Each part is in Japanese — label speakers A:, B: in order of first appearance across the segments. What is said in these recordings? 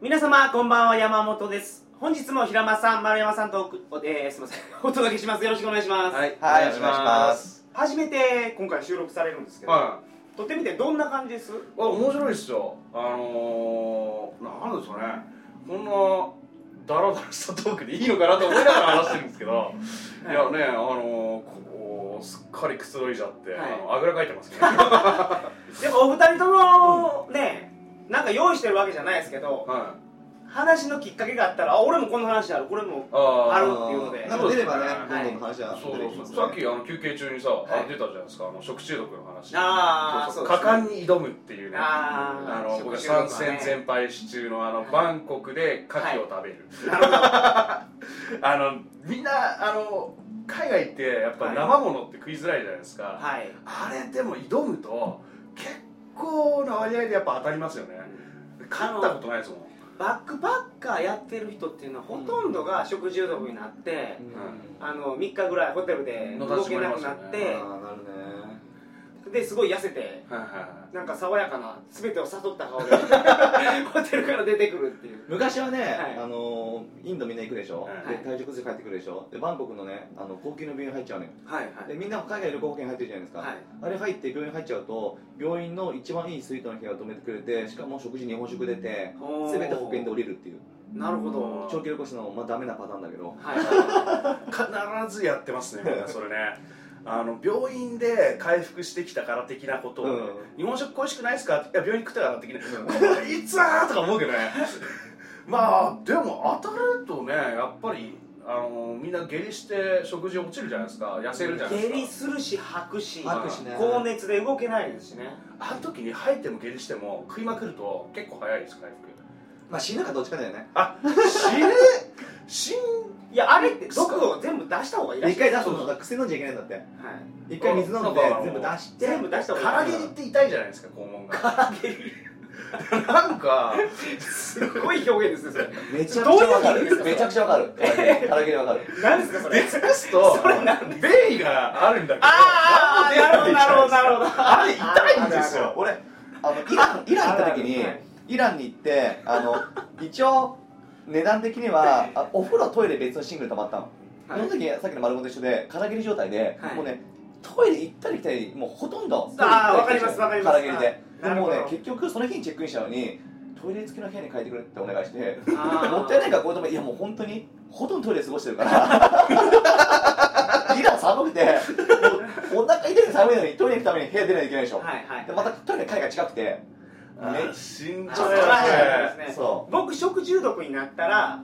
A: 皆様こんばんは山本です本日も平間さん丸山さんとおくお,、えー、すいません お届けしますよろしくお願いします、
B: はい
C: はい、お願いし
B: お願いしま
C: ますす。
A: 初めて今回収録されるんですけど、
B: は
A: 撮ってみてどんな感じです
B: い。あ、面白いっすよ。あのー、なんですかね。こんなダラダラしたトークでいいのかなと思いながら話してるん ですけど、いやね、あのー、こうすっかりくつろいじゃって、
A: はい
B: あのあぐらかい てますね。はい。
A: でもお二人ともね、なんか用意してるわけじゃないですけど
B: あ
A: 話のきっかけがあったらあ俺もこの話あるこれも
B: あ
A: ある
B: ー
A: っていうので
C: なんか出ればね、
B: はい
C: どんどん話は
B: そう
C: 出てき
B: そ
C: ま
B: う
C: す
B: そ
C: ね
B: う。さっきあの休憩中にさ、あの出たじゃないですか。あの食中毒の話。
A: あー
B: そうそう
A: そうですね
B: 果敢に挑むっていうね。あ
A: あー
B: の僕
A: 食
B: が
A: 中毒はね
B: 三戦全敗し中のあのバンコクで牡蠣を食べる、
A: なるほど
B: あのみんなあの海外ってやっぱ
A: はい
B: 生ものって食いづらいじゃないです か、
A: はい
B: あれでも挑むと結構な割合でやっぱ当たりますよね勝ったことないですもん、
A: バックパッカーやってる人っていうのはほとんどが食中毒になって、あの3日ぐらいホテルで動けなくなっ
B: の
A: て、
C: ああ、なるね。
A: ですごい痩せて
B: はいはいは
A: なんか爽やかな全てを悟った顔でホテルから出てくるっていう
C: 昔はね、
A: はい
C: あのーインドみんな行くでしょ、
B: はい、
C: で体調崩して帰ってくるでしょでバンコクのねあの高級の病院入っちゃうのよ
A: はいは
C: でみんな海外旅行保険入ってるじゃないですか、
A: はい
C: あれ入って病院入っちゃうと病院の一番いいスイートの部屋を止めてくれてしかも食事日本食出て
A: ほー
C: 全て保険で降りるっていう
A: なるほど
C: 長期旅行したのもまあダメなパターンだけど
A: はい
B: 必ずやってますねみんなそれねあの病院で回復してきたから的なことをね、
C: うん
B: 日本食恋しくないですかっていや病院食ったから的な、こいつはーとか思うけどねまあでも当たるとねやっぱりあのみんな下痢して食事落ちるじゃないですか痩せるじゃない
A: い下痢
B: ですか
A: するし吐くし
C: 吐くしね
A: 高熱で動けないですしね
B: あの時に吐いても下痢しても食いまくると結構早いです回復
C: まあ死ぬかどっちかだよね
B: あ死ぬ死ん
A: いやあれって毒を全部出した方がいいらし
C: 一
A: い
C: 回出すとなんか癖飲んじゃいけないんだって
A: はい
C: 一回水飲んで
B: あ
C: 全部出して
A: 全部出した方
B: 唐
A: が
B: 揚
A: いい
B: げって痛いじゃないですか肛門が
A: 唐揚げ
B: なんか
A: すごい表現ですねそれ
C: めちゃくちゃわ
A: ど
C: か
A: ういう意味です
C: る
A: か
C: めちゃくちゃわかる腹切りわかる
A: 何ですかそれ
B: 熱出すと
A: それなん
B: 便意があるんだけど
A: あー
B: 何も出ないじ
A: な
B: ゃいですか
A: るほどなるほど
B: あれ痛いんですよ
C: 俺あのイランイラン行った時
A: あ
C: に
A: るある
C: イランに行ってあの一応値段的にはあお風呂トイレ別のシングル泊まったの、
A: はい
C: その時さっきの丸ごと一緒で空切り状態で、
A: はい
C: もうねトイレ行ったり来たりもうほとんど
A: あー
C: トイレ行った
A: わかりますわ
C: 来た
A: か
C: り
A: り
C: 空
A: ます
C: 切りで
A: あー
C: でもう
A: なる
C: ね
A: ほど
C: 結局その日にチェックインしたのにトイレ付きの部屋に変えてくれってお願いして
A: あー
C: もったいないからこういうともいやもう本当にほとんどトイレ過ごしてるからイラン寒くてもうお腹痛いて寒いのにトイレ行くために部屋出ないといけないでしょ、
A: はいはい
C: でまたトイレの階が近くて
B: あー
C: ね
B: 死ん
A: ち
B: じ
A: ょ
B: ゃ
A: っ
B: う
A: と
B: よ
A: 前
B: ね
A: ですね
C: そ
A: 僕食中毒になったら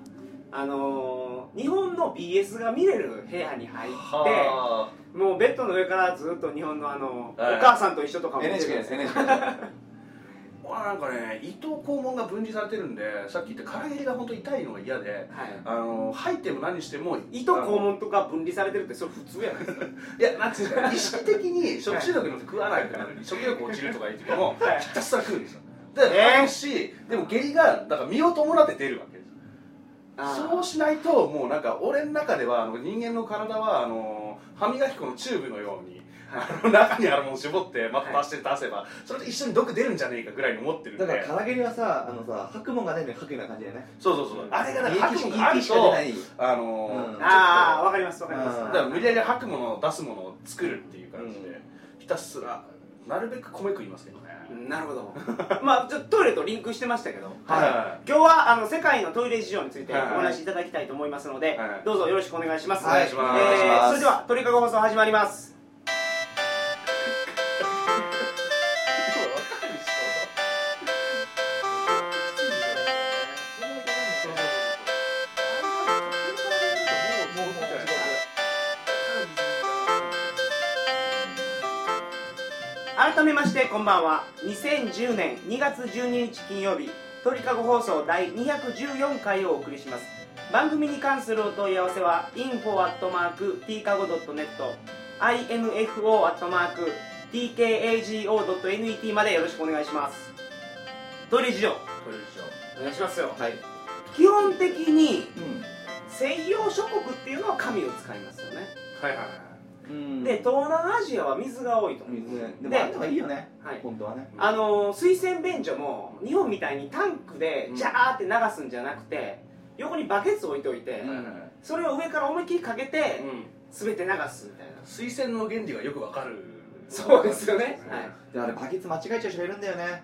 A: あのー日本の BS が見れる部屋に入っ
B: は
A: てもうベッドの上からずっと日本のあの、
B: はい
A: お母さんと一緒とかも
C: う
A: 見てる
C: NHK です NHK で
B: あ俺なんかね伊藤肛門が分離されてるんでさっき言った唐揚げが本当痛いのが嫌で
A: はい
B: あの吐いても何しても
A: 糸肛
B: あの
A: 門とか分離されてるってそれ普通やないですか
B: いやなんていうんですか意識的に食中毒になって食わないとか食欲落ちるとかいう時も
A: はい
B: ひたすら食うんですよで
A: えー
B: 吐くしでも下痢がだから身を伴って出るわけです
A: あー
B: そうしないともうなんか俺の中ではあの人間の体はあの歯磨き粉のチューブのようにあの中にあるものを絞ってまた出して出せばそれと一緒に毒出るんじゃねえかぐらいに思ってるんで
C: だから唐揚げはさあのさ吐くもんがないのに吐くような感じでね
B: そうそうそうあれが
C: 吐
B: ね吐
C: き
B: く
C: し
B: ものあ
C: か
B: る
C: 出
B: と
C: ない
B: あ
C: う
B: の
C: ん
B: ー
A: あーわかりますわかります
C: うん
B: だから無理やり吐くものを出すものを作るっていう感じ
C: う
B: で
C: ん
B: ひたすらなるべく米食いますけどね
A: なるほ どまあちょっとトイレとリンクしてましたけど
B: は
A: 今日はあの世界のトイレ事情についてお
B: はいはい
A: 話しいただきたいと思いますので、
B: はい
A: どうぞよろしくお願いします。
C: お
B: 願いします
A: えー
C: お願いします
A: それでは鳥かご放送始まります。改めましてこんばんは。2010年2月12日金曜日鳥かご放送第214回をお送りします。番組に関するお問い合わせは info at mark tkago.net info at mark tkago.net までよろしくお願いします。トイレ事情お願いしますよ。
C: はい
A: 基本的に
C: うん
A: 西洋諸国っていうのは紙を使いますよね
B: はいはい
C: うん
A: で東南アジアは水が多いと、
C: 水ねで
A: で
C: もあったがいいよね
A: はい
C: 本当はね
A: あのー水洗便所も日本みたいにタンクでジャーって流すんじゃなくて横にバケツ置いておいて、
B: はいはいはい
A: それを上から思いっきりかけて
B: うん
A: 全て流すみたいな
B: 水洗の原理がよくわかる
A: そうですよねはい
C: であれバケツ間違えちゃう人がいるんだよね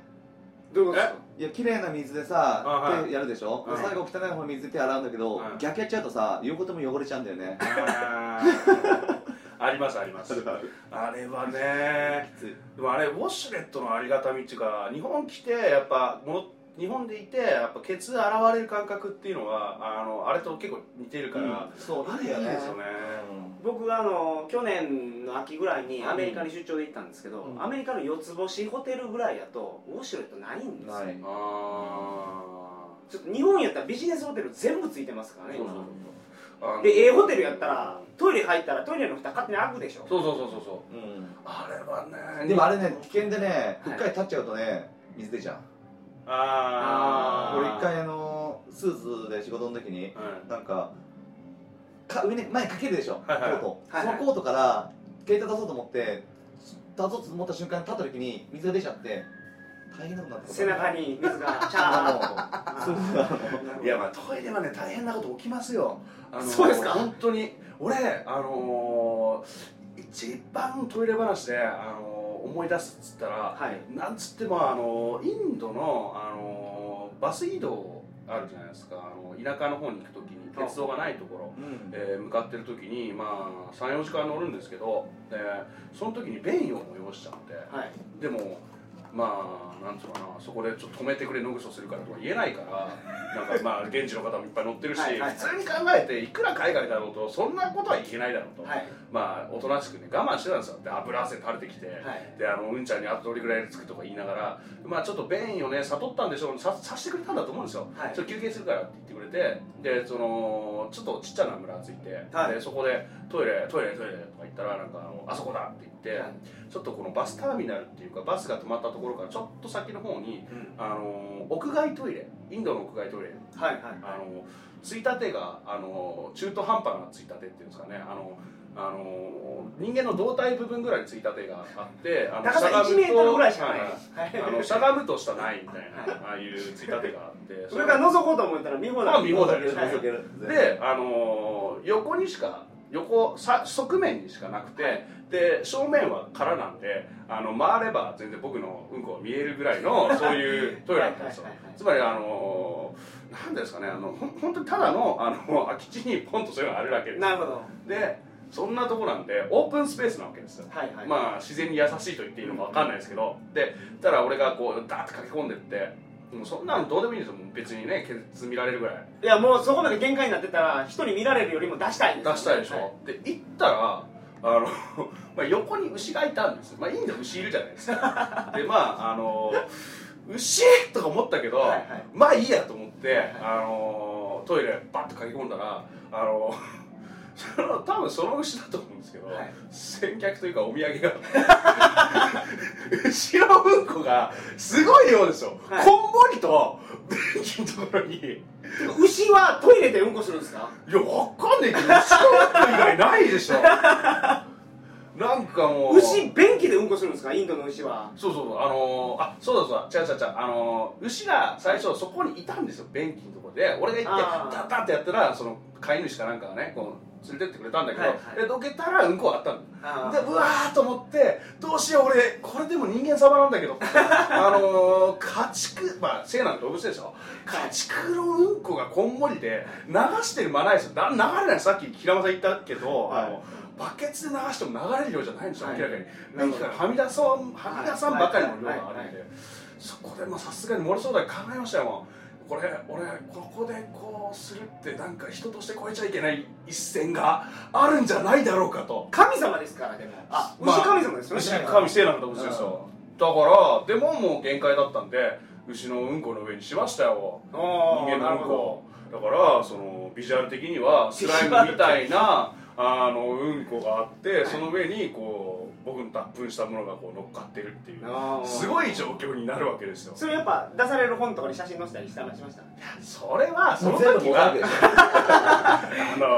A: どういうことですか
C: いや綺麗な水で
B: あは
C: さ
B: い
C: 手やるでしょで
B: はい
C: 最後汚い方の水で手洗うんだけど
B: はい
C: 逆やっちゃうとさ言うことも汚れちゃうんだよね
B: あーありますあ りますあれはね
C: きつい
B: でもあれウォシュレットのありがたみっていうか日本来てやっぱもの日本でいてやっぱケツ洗われる感覚っていうのはあのあれと結構似てるから、
C: そう
B: あれいい
C: いいんだ
B: で
C: よ
B: す
C: ね
B: よね
A: 僕があの去年の秋ぐらいにアメリカに出張で行ったんですけど、
C: うん
A: アメリカの四つ星ホテルぐらいだとウォシュレットないんですよ、
C: ない
B: あ
A: ちょっと日本やったらビジネスホテル全部ついてますからね
B: そうそうーあの
A: で A ホテルやったらトイレ入ったらトイレの蓋勝手に開くでしょ
B: そうそうそうそうそ
C: う
B: う
C: ん
B: あれはね
C: でもあれね危険でね
A: はい
C: 一回立っちゃうとね水出ちゃう
B: あー
C: 俺一回あのスーツで仕事の時になんかか上に前にかけるでしょコ
B: はいはい
C: ート
A: はい
C: そ
A: は
C: の
A: い
C: コートから携帯出そうと思って出そうと思った瞬間に立った時に水が出ちゃって大変なことになった
A: 背中に水がチャー
C: あ
A: ッ
C: のそうあの
B: うんいやまあトイレはね大変なこと起きますよあの
A: そうですか
B: 本当に俺あのー一番トイレ話で、あのー思い出すっつったら
A: はい
B: なんつってもあのインドのあのバス移動あるじゃないですかあの田舎の方に行く時に鉄道がないところ、
C: うん
B: えー向かってる時に、まあ、34時間乗るんですけどでその時に便意を催しちゃって
A: はい
B: でもまあなんつうのかなそこでちょっと止めてくれ野ぐそするからとか言えないからなんかまあ 現地の方もいっぱい乗ってるし、
A: はいはいはい
B: 普通に考えていくら海外だろうとそんなことは言えないだろうと、
A: はい
B: まあおとなしくね我慢してたんですよで油汗垂れてきて。
A: はい
B: であのうんちゃんにあとどれぐらいつくとか言いながら、まあ、ちょっと便意をね悟ったんでしょうささしてくれたんだと思うんですよ、
A: はい
B: ちょっと休憩するからって言ってくれてでそのちょっとちっちゃな村ついて、
A: はい
B: でそこでトイレトイレトイレとか言ったらなんかあのあそこだって言って、
A: はい
B: ちょっとこのバスターミナルっていうかバスが止まったところからちょっと先の方に
A: うん
B: あの屋外トイレインドの屋外トイレ
A: はいはい
B: あのついたてがあの中途半端なついたてっていうんですかねあのあの人間の胴体部分ぐらいついたてがあってあの
A: 高さ1メートルぐらいしかない
B: は
A: はい
B: あのしゃがむとしたないみたいなああいうついたてがあっ て
A: それから覗こうと思ったら見放題
B: あ見放題です
A: はい
C: 覗ける
B: であの横にしか横さ側面にしかなくて、
A: はい
B: で正面は空なんであの回れば全然僕のうんこが見えるぐらい のそういうトイレだったんですよ
A: はいはいはいはい
B: つまりあのなんですかねあのほん本当にただのあの空き地にポンとそういうのがあるだけです
A: なるほど
B: でそんなとこなんでオープンスペースなわけですよ
A: はいはい
B: まあ自然に優しいと言っていいのかわかんないですけどでたら俺がこうダーッて駆け込んでってもうそんなのどうでもいいんですよもう別にねケツ見られるぐらい
A: いやもうそこまで限界になってたら人に見られるよりも出したいんですよ
B: 出したいでしょ、
A: は
B: で行ったらあの まあ横に牛がいたんですよまあインド牛いるじゃないで すかでまああの牛とか思ったけど、
A: はいはい
B: まあいいやと思って、
A: はい
B: あのトイレバッと駆け込んだらあの その多分その牛だと思うんですけど、
A: はい
B: 先客というかお土産が 牛のうんこがすごい量ですよ、
A: はい
B: こんもりと便器のところに。
A: 牛はトイレでうんこするんですか
B: いや、わかんねえけど、牛のうんこ以外ないでしょ。なんかもう。
A: 牛便器でうんこするんですかインドの牛は
B: そうそうそう、あのー、あ、そうだそうだ、違う違う違う、あのー、牛が最初そこにいたんですよ、便器のところで。俺が行
A: あ
B: っ
A: ー
B: て、ダッダッってやったら、その飼い主かなんかがね、こう、連れてってくれたんだけ
A: は
B: ど、
A: いはい
B: で、どけたらうんこがあったの。
A: あ
B: でうわーと思ってどうしよう俺これでも人間様なんだけど あのー、家畜まあ聖なる動物でしょ家畜のうんこがこんもりで流してる間ないですよだ流れないですさっき平間さん言ったけど、
C: はい
B: あのバケツで流しても流れる量じゃないんですよ、
A: はい
B: 明らか
A: な
B: に
A: る
B: 何
A: ほど
B: からはみ出そうはみ出さんばかりの量があるんで、
A: はいはいはい
B: そこでまあさすがに漏れそうだから考えましたよもうこれ俺ここでこうするってなんか人として越えちゃいけない一線があるんじゃないだろうかと
A: 神様ですからでもあ
B: まあ
A: 牛神様ですよね
B: 牛神聖な方ですよ、だからでももう限界だったんで牛のうんこの上にしましたよ人
A: 人
B: 間のうんこだからそのビジュアル的にはスライムみたいなあのうんこがあって、その上にこう僕の脱粉したものがこう乗っかってるっていう
A: あー
B: すごい状況になるわけですよ
A: それやっぱ出される本とかに写真載せたりしたしました
B: それはその
C: 全部
B: 時
C: モ
B: は
C: ザイクでし
B: あの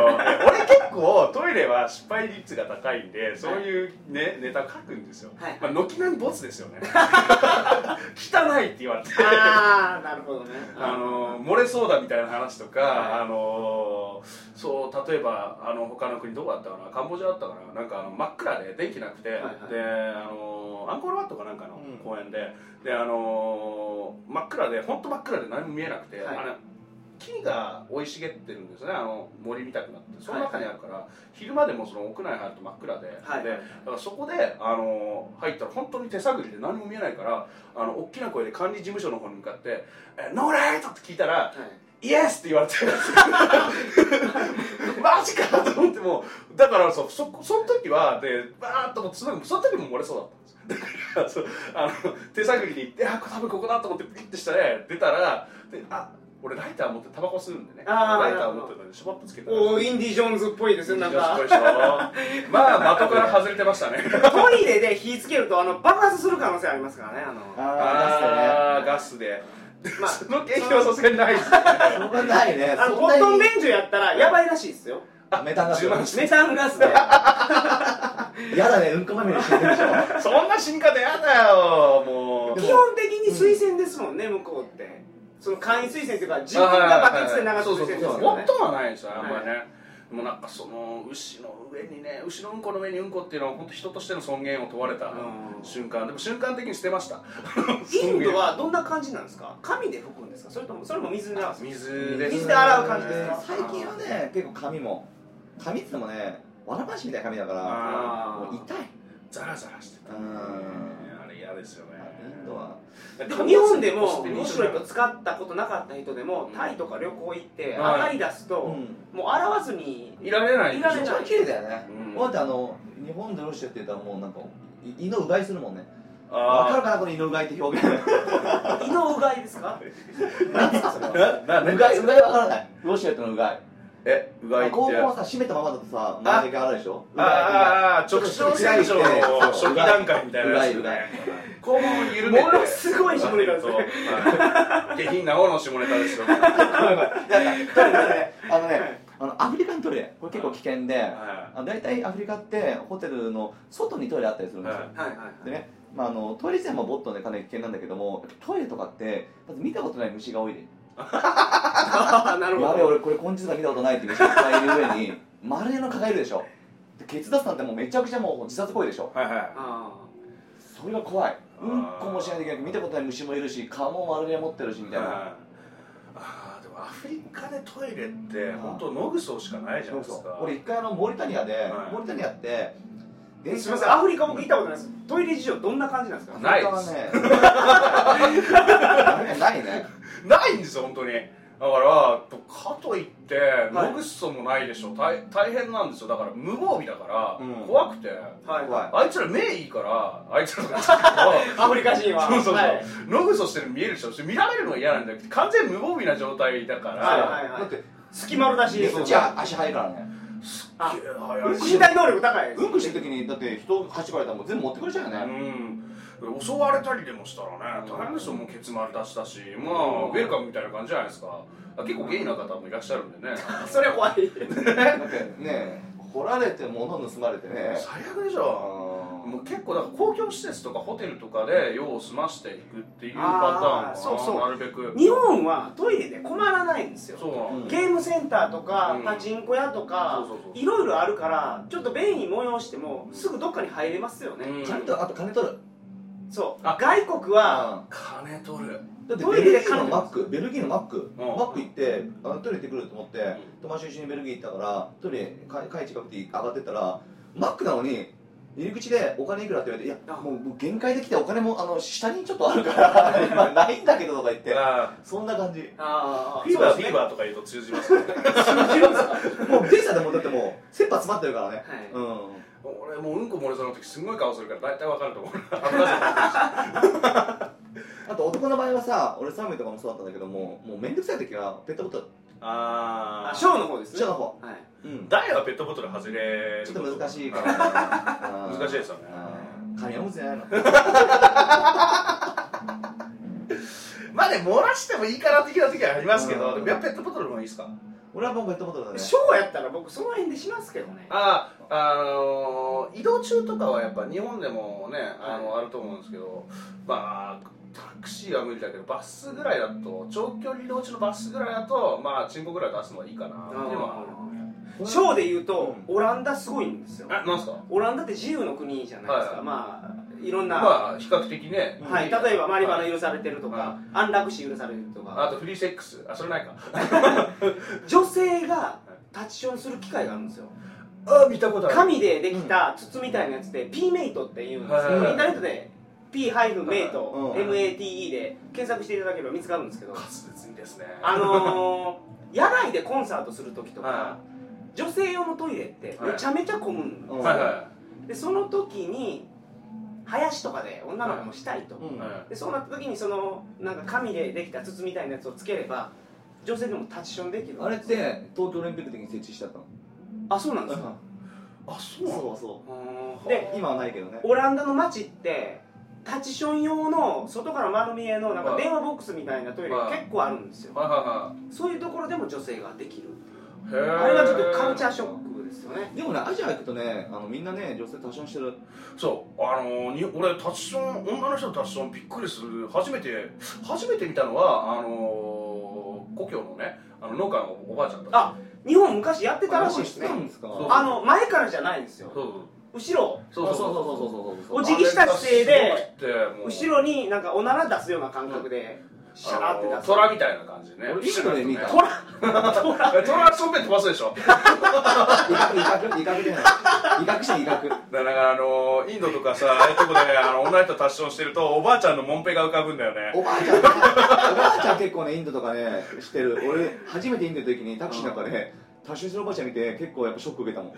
B: 俺結構トイレは失敗率が高いんでそういう、ね、ネタ書くんですよ、
A: はい
B: まあ、軒並みボツです よね汚いって言われて
A: ああなるほどね
B: あの漏れそうだみたいな話とか、
A: はい
B: あのそう例えばあの他の国どこだったかなカンボジアだったかななんかあの真っ暗で電気なくて、
A: いはい
B: であのアンコールワットかなんかの
A: うん
B: 公園で、であの真っ暗で本当真っ暗で何も見えなくて、
A: はい
B: あの木が生い茂ってるんですねあの森みたくなってその中にあるから、昼間でもその屋内入ると真っ暗で,、
A: はい
B: でだからそこで、あの入ったら本当に手探りで何も見えないからあの大きな声で管理事務所の方に向かって「えノーライト!」って聞いたら「イエス!」って言われて マジかと思ってもうだからそそその時はでバーッともうそのその時も漏れそうだったんですよだからそうあの手探りに行って「あ多分ここだ」と思ってピッてしたね出たらであ俺ライター持ってタバコ吸うんでね
A: あー
B: ライター持ってたんでシュバッとつけて
A: おーインディ・ジョーンズっぽいですよなんか
B: すごいでしょまあ的から外れてましたね
A: トイレで火つけるとあの爆発する可能性ありますからねあの
C: ょあ
B: あーガスで
A: まあ
B: その経験はさすがにないですね
C: あ出したねしょうがないね
A: あの
C: そ
A: コ
C: んな
A: ットン
C: に
A: ベンジュやったらやばいらしいですよ
C: メタンガス
B: 充満し
A: メタンガスで
C: やだねうんこまみれにしてるでしょ
B: そんな死に方やだよもう
A: 基本的に水洗ですもんね向こうってその簡易水洗というか自分がバケツで流す水洗です
B: そうそうそう
A: よ
B: も
A: ね
B: っとはないですよあんまりね、もうなんかその牛の上にね牛のうんこの上にうんこっていうのは本当人としての尊厳を問われた
A: うん
B: 瞬間でも瞬間的に捨てました
A: インドはどんな感じなんですか紙で拭くんですかそれともそれも水で流す
B: 水です
A: 水で洗う感じですか
C: 最近はね結構髪も髪って言ってもねわらばしみたいな髪だから
B: あ
C: もう痛い
B: ーザラザラしてた、
C: うん
B: あれ嫌ですよね
C: インドは
A: でも日本でも面白いと使ったことなかった人でもタイとか旅行行って
B: はい
A: 洗い出すともう洗わずに
B: いられない
A: いられ
C: 一
A: ない
C: 番綺麗だよね
B: うん
C: だってあの日本でロシアって言ったらもうなんか胃のうがいするもんねわかる
B: あ
C: かなこの胃のうがいって表現
A: 胃のうがいですか
C: 何ですかそれは
B: ーなな
C: うがいうがいわからないロシアってのうがい
B: えうがいって
C: 高校はさ閉めたままだとさ
B: あ
C: 毎回あるでしょうが
B: あーあー直腸洗浄の初期段階みたいなやつ
C: うがいうがい
B: 肛門を緩めて
A: ものすごい絞れるんです
B: そう
A: ね
B: はい下品な方の下ネタですよ
C: いごめんごめんいやトイレねあのねあのアフリカのトイレこれ結構危険で
B: は
C: あ大体アフリカってホテルの外にトイレあったりするんですよ、
B: は
A: はいはいはい
C: でね、まあ、あのトイレ自体もボットでかなり危険なんだけどもトイレとかってまず見たことない虫が多いで
A: ああな
C: や
A: る
C: べ
A: ほ
C: え
A: ど
C: 俺これ昆虫が見たことないって虫がいっぱいいる上に丸の蚊がいるでしょで血出すなんてもうめちゃくちゃもう自殺行為でしょ
B: いはいはい
A: あ
C: それが怖い
B: あー
C: うんこもしないといけない見たことない虫もいるし蚊も丸で持ってるしみたいな
B: あーでもアフリカでトイレって本当ノグソしかないじゃないですか
C: 俺一回あのモリタニアで、
B: はい
C: モリタニアって
A: ー
C: 電
A: すみませんアフリカ僕行ったことないですトイレ事情どんな感じなんですか
B: な
C: ない
B: い
C: ね
B: です
C: ないね
B: ないんですよ本当にだからとかといって
A: はい
B: ノグソもないでしょ大大変なんですよだから無防備だから
C: うん
B: 怖くて
A: はい
C: 怖い
B: あいつら目いいからあいつらとか言っちゃうけ ど
A: アフリカ人は
B: そうそうそう、
A: はい
B: ノグソしてるの見えるでしょ見られるのが嫌なんじゃなくて完全無防備な状態だから、
A: はいはいはい
C: だって
A: 隙間だし
C: めっちゃ足速いからね
B: す
A: あ
B: っげえ早いし
A: 身体能力高いです
C: うんこしてる時にだって人かしばれたらもう全部持ってくれちゃうよね、
B: うん襲われたりでもしたらね
C: うん
B: 大変ですよもうケツ丸出したしまあウェルカムみたいな感じじゃないですかあ結構ゲイな方もいらっしゃるんでね
A: それは怖い
C: だってね掘られて物盗まれてね
B: 最悪でしょもう結構だから公共施設とかホテルとかで用を済ましていくっていうパターンか
A: あー
B: な
A: そうそう
B: なるべく
A: 日本はトイレで困らないんですよ
B: そう
C: うん
A: ゲームセンターとか、
B: うん
A: パチンコ屋とか
B: そうそうそう
A: いろいろあるからちょっと便意催してもすぐどっかに入れますよね、
B: うん
C: ちゃんとあと金取る
A: そう
B: あ
A: 外国は
B: 金取る
C: だって
A: ト
C: ベ
A: イレ
C: ルギ
A: で
C: ーの
A: 金取る
C: マックベルギーのマック、
B: うん
C: マック行ってあのトイレ行ってくると思って、友達と一緒にベルギー行ったからトイレか会近くて上がってったらマックなのに入り口でお金いくらって言われて「いやもうもう限界できてお金もあの下にちょっとあるから 今ないんだけど」とか言って
B: あ
C: そんな感じ
A: あ
B: ー
A: あ
B: フィーバー、
A: そうです
B: フィー
A: ね
B: バーとか言うと通じますね
C: もう電車でもだってもう切羽詰まってるからね、
A: はい
C: うん
B: 俺もううんこ漏れそうな時すんごい顔するから大体わかると思う危ない
C: あと男の場合はさ俺寒いとかもそうだったんだけどももう面倒くさい時はペットボトル
B: あ
A: あ
B: あ
A: ショーの方ですね
C: ショーの方
A: はい
C: うん
B: ダイヤはペットボトル外れる
C: ちょっと難
B: い
C: しいから難
B: 難しいですよね
C: あ金持ちじゃないの
B: まあね漏らしてもいいかな的な時はありますけど、
C: うん
B: でもやっぱペットボトルもいいですか
C: 俺はもうペットボトルだね
A: ショーやったら僕その辺でしますけどね
B: あああのー移動中とかはやっぱ日本でもねあの、あると思うんですけどまあタクシーは無理だけどバスぐらいだと長距離移動中のバスぐらいだとまあチンコぐらい出すのはいいかなっていうのはある
A: ショーで言うと、
C: う
A: オランダすごいんですよ
B: あなんすか
A: オランダって自由の国じゃないですか、
B: はい
A: まあいろんな、
B: まあ比較的ね、
A: はい、例えばマリバナ
B: はい
A: 許されてるとか、
B: は
A: 安楽死許されると
B: あ
A: か
B: とフリーセックスあそれないか
A: 女性がタッチションする機会があるんですよ
B: あ見たことある
A: 紙でできた筒みたいなやつで P メイトっていうんですけ
B: は
A: ど
B: い
A: インターネットで P ハイフメイト
C: うん
A: MATE で検索していただければ見つかるんですけど
B: 滑舌いいですね
A: あのー野外でコンサートする時とか
B: は
A: 女性用のトイレってめちゃめちゃ混むん
C: は
B: いうはい
A: で
B: は
A: すでその時に林とかで女の子もしたいと
C: うん
B: い、はい
A: でそうなった時にそのなんか紙でできた筒みたいなやつをつければ女性でもタッチションできる
C: あれって東京オリンピックの時に設置しちゃったの
A: あそうなんですか
B: あそうなの
C: そうそ
A: で
C: う今はないけどね
A: オランダの街ってタッチション用の外から丸見えのなんか電話ボックスみたいなトイレが結構あるんですよ
B: はいは
A: そういうところでも女性ができる
B: いはいへー
A: あれはちょっとカルチャーショックですよね
C: でもねアジア行くとねあのみんなね女性多少してる
B: そうあのーに俺タッチション女の人のタッチションびっくりする初めて初めて見たのはあのー故郷のねあの農家のおばあちゃんだった
A: あ日本昔やってたらしいですね
C: なんですか
B: そう
A: あの前からじゃないんですよ
B: そう
A: 後ろ
B: そうそう
C: そう
B: そう
C: そうそうそうそう
A: お辞儀した姿勢で後
B: ろ
A: ろになんかおなら出すような感覚でシャラって出す
B: 虎みたいな感じでね
C: 俺一度で見た
B: 虎虎そっぺん飛ばすでしょ
C: 威嚇威嚇威嚇じゃない威嚇して威嚇
B: だからあのーインドとかさああいうとこであの女の人タッチションしてるとおばあちゃんのもんぺが浮かぶんだよね
C: おばあちゃん おばあちゃん結構ねインドとかねしてる俺初めてインド行った時にタクシーの中で多種するおばあちゃん見て結構やっぱショック受けたもん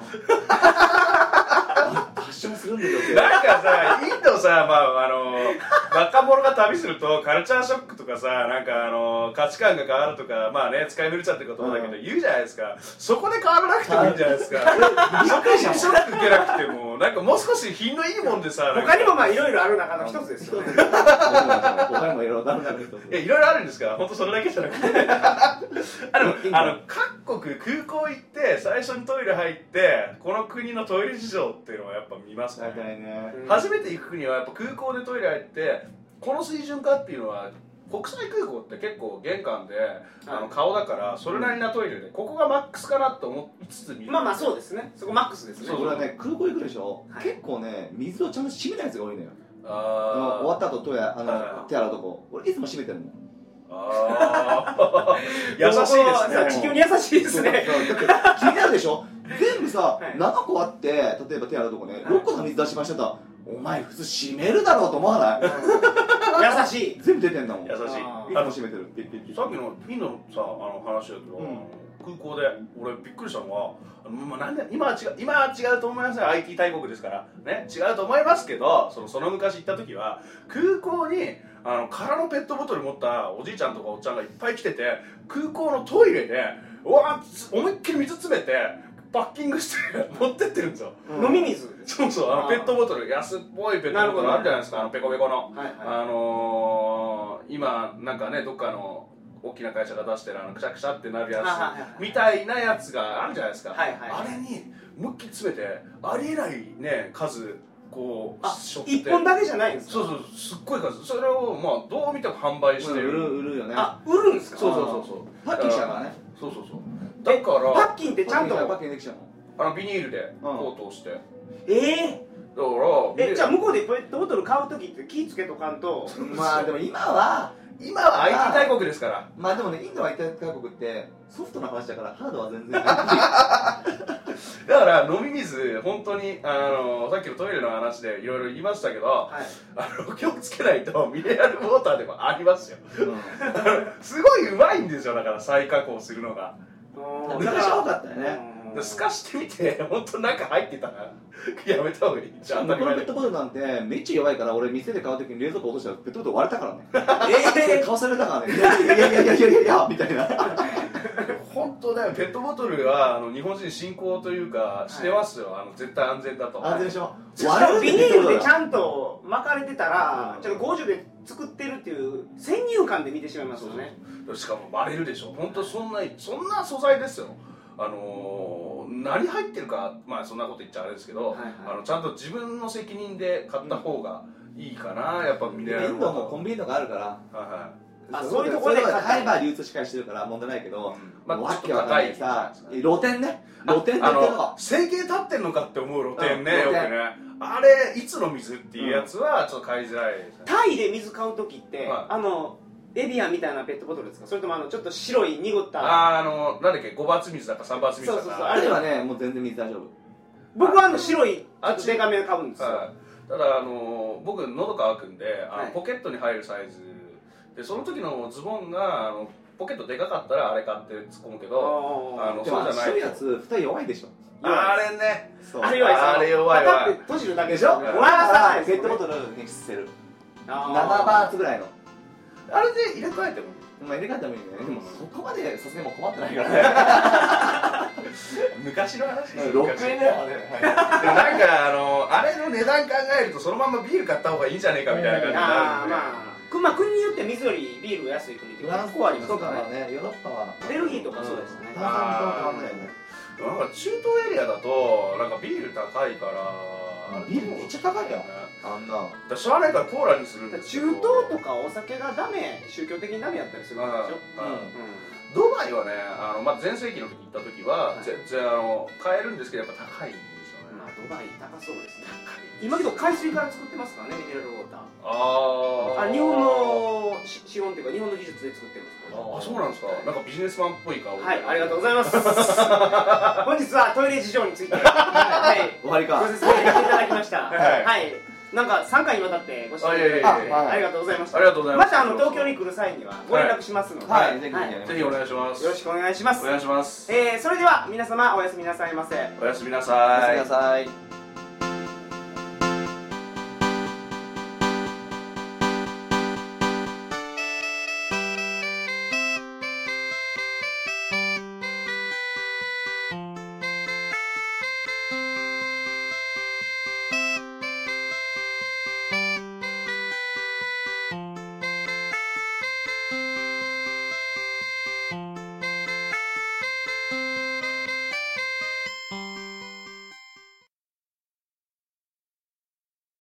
C: あ多種するんだよ って
B: なんかさ、インドさ、まああの若者が旅するとカルチャーショックとかさ、なんかあの価値観が変わるとか、まあね使い古ちゃって言葉だけ
C: う
B: ど、
C: ん
B: 言うじゃないですか。そこで変わらなくてもいいんじゃないですか。そこにショック受けなくても、なんかもう少し品のいいもんでさ、なんか
A: 他にもまあいろいろある中の一つですよね
C: 他にもいろいろなるんだけど
B: いやいろいろあるんですから、本当それだけじゃなくて。あの
C: いいんだ
B: あの各国空港行って最初にトイレ入ってこの国のトイレ事情っていうのはやっぱ見ますね
C: 大。体ね
A: うん
B: 初めて行く国はやっぱ空港でトイレ入ってこの水準かっていうのは国際空港って結構玄関で、あの顔だからそれなりなトイレでここがマックスかなと思いつつ見る
A: まあまあそうですねそこマックスですね
B: そう
C: 俺はね空港行くでしょ
A: はい
C: 結構ね水をちゃんと閉めないやつが多いのよあの
B: あ
C: 終わった後トイレあ
B: あ
C: の手洗うとこ俺いつも閉めてるもん
B: あー優しい
A: さ
B: です
A: 地
B: ね
A: 球に優しいですね
C: そうそうだって気になるでしょ全部さ
A: はい
C: 7個あって例えば手洗うとこね6個が水出しましたとお前普通閉めるだろうと思わない
A: 優しい
C: 全部出てんだもん
B: 優しい
A: あ
C: いつも閉めてるピッピッピッ
B: さっきのピンのさあの話だけど、
C: うん
B: あの空港で俺びっくりしたのはあの、まあ、なんで今は違う今は違うと思いますよ IT 大国ですからね違うと思いますけどそのその昔行った時は空港にあの空のペットボトル持ったおじいちゃんとかおっちゃんがいっぱい来てて空港のトイレでうわーつ思いっきり水詰めてパッキングして持ってってるんですよ
C: うん
A: 飲み水
B: そうそうあ
A: あ
B: の
A: ー
B: ペットボトル安っぽいペットボトルあるじゃないですかあのペコペコの
A: はいは
B: あのー、今なんかねどっかの大きな会社が出してるあのくしゃくしゃってなる
A: あはいはい
B: や
A: は
B: つ
A: い
B: みたいなやつがあるじゃないですか、
A: はいはい
B: あれに思いっきり詰めてありえないね数こう
A: あ
B: しょって
A: 一本だけじゃないんですか
B: そうそうすっごい数それをまあどう見ても販売して
C: 売る
B: る
C: 売るよね
A: あ売るんですか
B: そうそうそうそう
C: パッキンしちゃうからね
B: そうそうそう
A: え
B: だか
A: パ
B: ら
A: ッキンってちゃん
C: パッ
A: と
C: キンできちゃうの
B: あのビニールでコートをして、
A: え
B: だから
A: ー、えじゃあ向こうでペットボトル買う時って気ぃつけとかんと
C: まあでも今は
B: 今は IT 大国ですから
C: まあでもねインドは一体外国ってソフトな話だからハードは全然
B: だから飲み水本当にあのさっきのトイレの話でいろいろ言いましたけど
A: はい
B: あの気をつけないとミネラルウォーターでもありますよ
C: うん
B: すごいうまいんですよだから再加工するのが
C: 昔は多かったよね
A: うん
B: すかしてみて本当中入ってたらやめた方がいいじゃあ
C: 向
B: 当
C: こ
B: たり
C: うのペッ
B: 前だけど
C: トボトルなんてめっちゃ弱いから俺店で買う時に冷蔵庫落としたらペットボトル割れたからね
A: え
C: 買わされたからねいやいやいやいやいやいやみたいな
B: 本当だよペットボトルはあの日本人信仰というかしてますよ、あの絶対安全だと
C: 安全でしょ
A: しかもビニールでち
C: ん
A: ゃんと巻かれてたら、
B: うん
A: ちょっと50で作ってるっていう先入観で見てしまいますよね。
B: しかも割れるでしょ本当そんなそんな素材ですよあのー何入ってるかまあそんなこと言っちゃあれですけど、
A: はいはい
B: あのちゃんと自分の責任で買った方がいいかな、やっぱミネラ
C: イ
B: ル
C: ン
B: ウォー
C: ド
B: ター
C: はもうコンビニとかあるから
B: はいは
A: あ
C: そう
A: そういう
C: い
A: う
C: と
A: とこ
C: ころ
A: ろ
C: で
A: で
C: ハイバー流通しかしてるから問題ないけど、
B: い
C: ま
B: ま
C: あ、
B: あ
C: わ
B: ちょっ
C: け
B: と
C: わかんな
B: 硬い
C: いさ
B: ですね
C: 露店ね露店って言
B: あ
C: ってるの
B: の整形立ってんのかって思う露店ね、
C: うん
B: よくね
C: 露店
B: あれいつの水っていうやつはちょっと買いづらいですね、
A: タイで水買う時って、
B: はい
A: あのエビアンみたいなペットボトルですかそれともあのちょっと白い濁った
B: あーあのなんだっけ五罰水だか三罰水だか
A: そうそうそう
B: は
C: あ
B: い
C: れはねもう全然水大丈夫
A: 僕はあの白いちょ
B: あ
A: っとデカめを買うんですよ、
B: ただあの僕喉乾くんであの
A: はい
B: ポケットに入るサイズでその時のズボンがあのポケットでかかったらあれ買って突っ込むけど
A: あ
B: あの
C: でも
B: そうじゃない
C: 白いやつ蓋弱いでしょ
B: あれね
C: そう
A: あれ弱いです
B: あれ弱い弱い
A: パカって閉じるだけ
C: で
A: で
C: し
A: しょ
C: ょ
A: わ
C: だ
A: ら
C: か
A: さな
C: ら
A: い
C: ペ
A: ですよ
C: ッ
A: ね
C: トボトルに捨てる
A: あ
C: 7
A: ー
C: バーツぐらいの
B: あれで入れ替えても
C: まあ入れ替えてもいいねでもそこまでさすがにもう困ってないから
B: 昔の話
C: ね6円ぐらいはね
B: でもなんかあのあれの値段考えるとそのまんまビール買った方がいいんじゃねえかみたいな感じに
A: あー
B: なるんで
A: まあくまあ国によって水よりビールが安い国って
C: フ
A: 結
C: ランス
A: 構あります
C: と
A: か
C: からは
A: ね
C: ねヨーロッパは
A: ベルギーとかそうですね
C: 炭酸と変わんないよね
B: なんか中東エリアだとなんかビール高いから
C: ビールめっちゃ高いよ
B: ね
C: あんな
B: だからしゃあないからコーラにするん
A: だから
B: です
A: 中
B: けど
A: 東とかお酒がダメ宗教的にダメやったりするんでしょ
B: うん
C: うん
A: う
B: ドバイはね、あのまあ、前世紀の時行った時は、
A: はい
B: 全然あの買えるんですけど、やっぱ高いんですよ
A: んまあ
B: ね。
A: ドバイ高そうですね今けど海水から作ってますからねミネラルウォーター
B: あー
A: あ日本のし資本というか日本の技術で作ってるんですこ
B: あ、そうなんですか。なんかビジネスマンっぽい顔。
A: れはいありがとうござ
B: い
A: い ます本日はトイレ事情についてはい
C: 終わり
A: ご
C: か
A: 説明いただきました
B: はい
A: はいなんか3回にわたってご質問いただきまして
C: あいえいえいえ
A: ありがとうございました
B: ありがとうございま。
A: ますたあの東京に来る際にはご連絡しますので
C: はい
A: は
C: ぜひぜひ
A: よ
B: ぜひお願いします。
A: ろしくお願いします
B: お願いします。
A: えーそれでは皆様おやすみなさいませ
B: おやすみな
C: おや
B: さ
C: す
B: い
C: みな。さい